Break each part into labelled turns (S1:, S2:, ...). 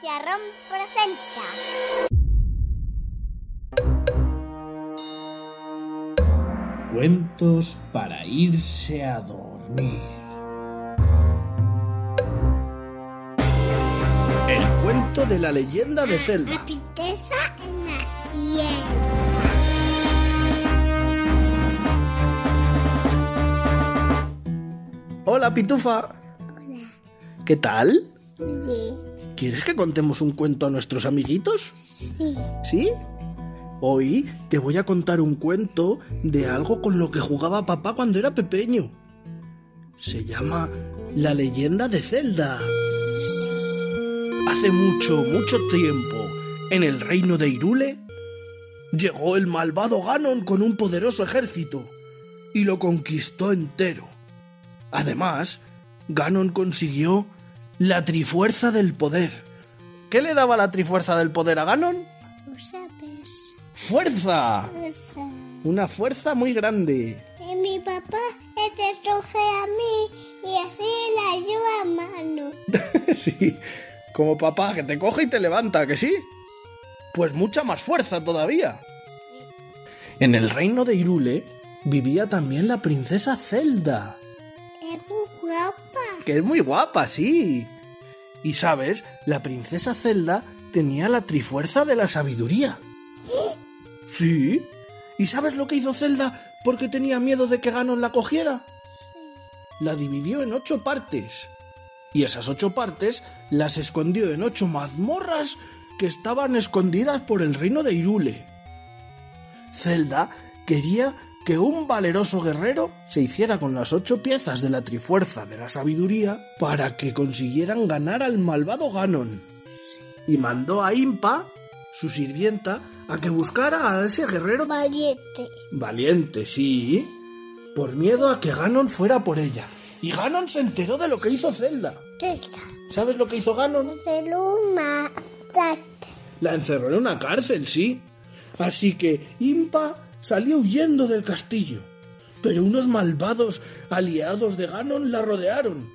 S1: Villarrón presenta.
S2: Cuentos para irse a dormir.
S3: El cuento de la leyenda de
S1: La
S3: Zelda.
S1: princesa en la sien.
S3: Hola, Pitufa. ¿Qué tal?
S1: Hola.
S3: ¿Quieres que contemos un cuento a nuestros amiguitos?
S1: Sí. Sí.
S3: ¿Sí? Hoy te voy a contar un cuento de algo con lo que jugaba papá cuando era pequeño. Se llama La leyenda de Zelda. Hace mucho, mucho tiempo, en el reino de Irule, llegó el malvado Ganon con un poderoso ejército y lo conquistó entero. Además, Ganon consiguió la Trifuerza del Poder. ¿Qué le daba la Trifuerza del Poder a Ganon?
S1: Tú sabes.
S3: ¡Fuerza!
S1: tú sabes.
S3: Una fuerza muy grande.
S1: Y mi papá se destruje a mí y así la lleva a mano.
S3: sí, como papá que te coge y te levanta, ¿que sí? Pues mucha más fuerza todavía. En el reino de Irule vivía también la princesa Zelda,
S1: Es muy guapa.
S3: que es muy guapa, sí. Y sabes, la princesa Zelda tenía la trifuerza de la sabiduría. Sí. ¿Y sabes lo que hizo Zelda porque tenía miedo de que Ganon la cogiera? la dividió en ocho partes. Y esas ocho partes las escondió en ocho mazmorras que estaban escondidas por el reino de Irule. Zelda quería que un valeroso guerrero se hiciera con las ocho piezas de la Trifuerza de la Sabiduría para que consiguieran ganar al malvado Ganon. Y mandó a Impa, su sirvienta, a que buscara a ese guerrero
S1: Valiente.
S3: Valiente, sí. Por miedo a que Ganon fuera por ella. Y Ganon se enteró de lo que hizo Zelda.
S1: Testa.
S3: ¿Sabes lo que hizo Ganon?
S1: Se luma. Tate.
S3: La encerró en una cárcel, sí. Así que Impa salió huyendo del castillo. Pero unos malvados aliados de Ganon la rodearon.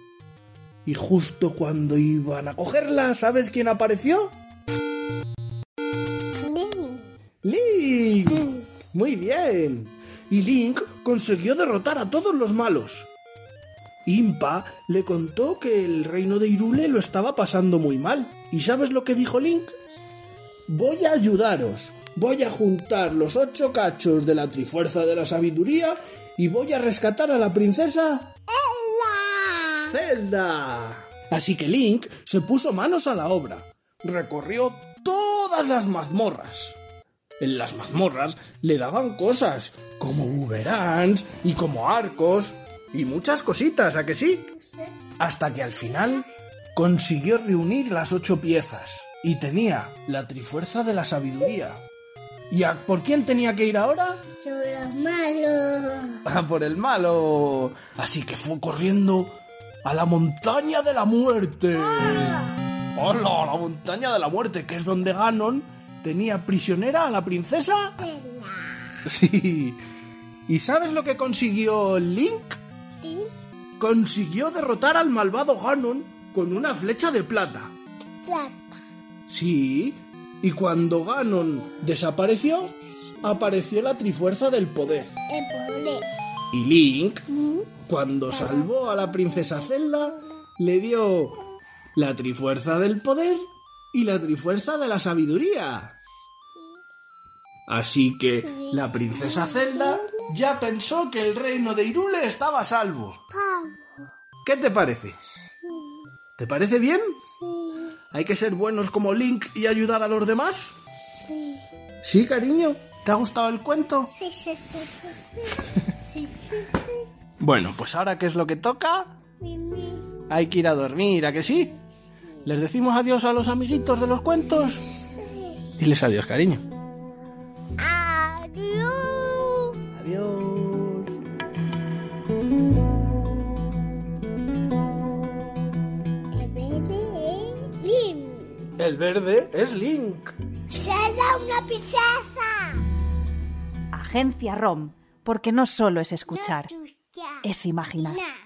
S3: Y justo cuando iban a cogerla, ¿sabes quién apareció?
S1: Lin.
S3: ¡Link! Muy bien. Y Link consiguió derrotar a todos los malos. Impa le contó que el reino de Irule lo estaba pasando muy mal. ¿Y sabes lo que dijo Link? Voy a ayudaros. Voy a juntar los ocho cachos de la Trifuerza de la Sabiduría y voy a rescatar a la princesa
S1: La.
S3: Zelda. Así que Link se puso manos a la obra. Recorrió todas las mazmorras. En las mazmorras le daban cosas como boomerangs y como arcos y muchas cositas, ¿a que sí? Hasta que al final consiguió reunir las ocho piezas y tenía la trifuerza de la sabiduría. ¿Y a por quién tenía que ir ahora?
S1: Son los malos.
S3: Ah, por el malo. Así que fue corriendo a la montaña de la muerte. ¡Hola! La montaña de la muerte, que es donde Ganon tenía prisionera a la princesa. Sí. ¿Y sabes lo que consiguió Link?
S1: Lin.
S3: Consiguió derrotar al malvado Ganon con una flecha de plata.
S1: Plata.
S3: Sí. Y cuando Ganon desapareció, apareció la Trifuerza del Poder.
S1: El pobre.
S3: Y Link, cuando salvó a la princesa Zelda, le dio la trifuerza del poder y la trifuerza de la sabiduría. Así que la princesa Zelda ya pensó que el reino de Irule estaba a salvo.
S1: Pavo.
S3: ¿Qué te parece? ¿Te parece bien?
S1: Sí.
S3: ¿Hay que ser buenos como Link y ayudar a los demás?
S1: Sí.
S3: Sí, cariño. ¿Te ha gustado el cuento?
S1: Sí, sí, sí, sí, sí. Sí, sí, sí.
S3: Bueno, pues ahora qué es lo que toca?
S1: Mimi.
S3: Hay que ir a dormir, ¿a que sí? ¿Les decimos adiós a los amiguitos de los cuentos? Diles adiós, cariño.
S1: Adiós.
S3: Adiós.
S1: El bebé Lim.
S3: El verde es Link.
S1: Será una princesa.
S4: Agencia ROM, porque no solo es escuchar,
S1: No, tú ya.
S4: es imaginar.
S1: Nah.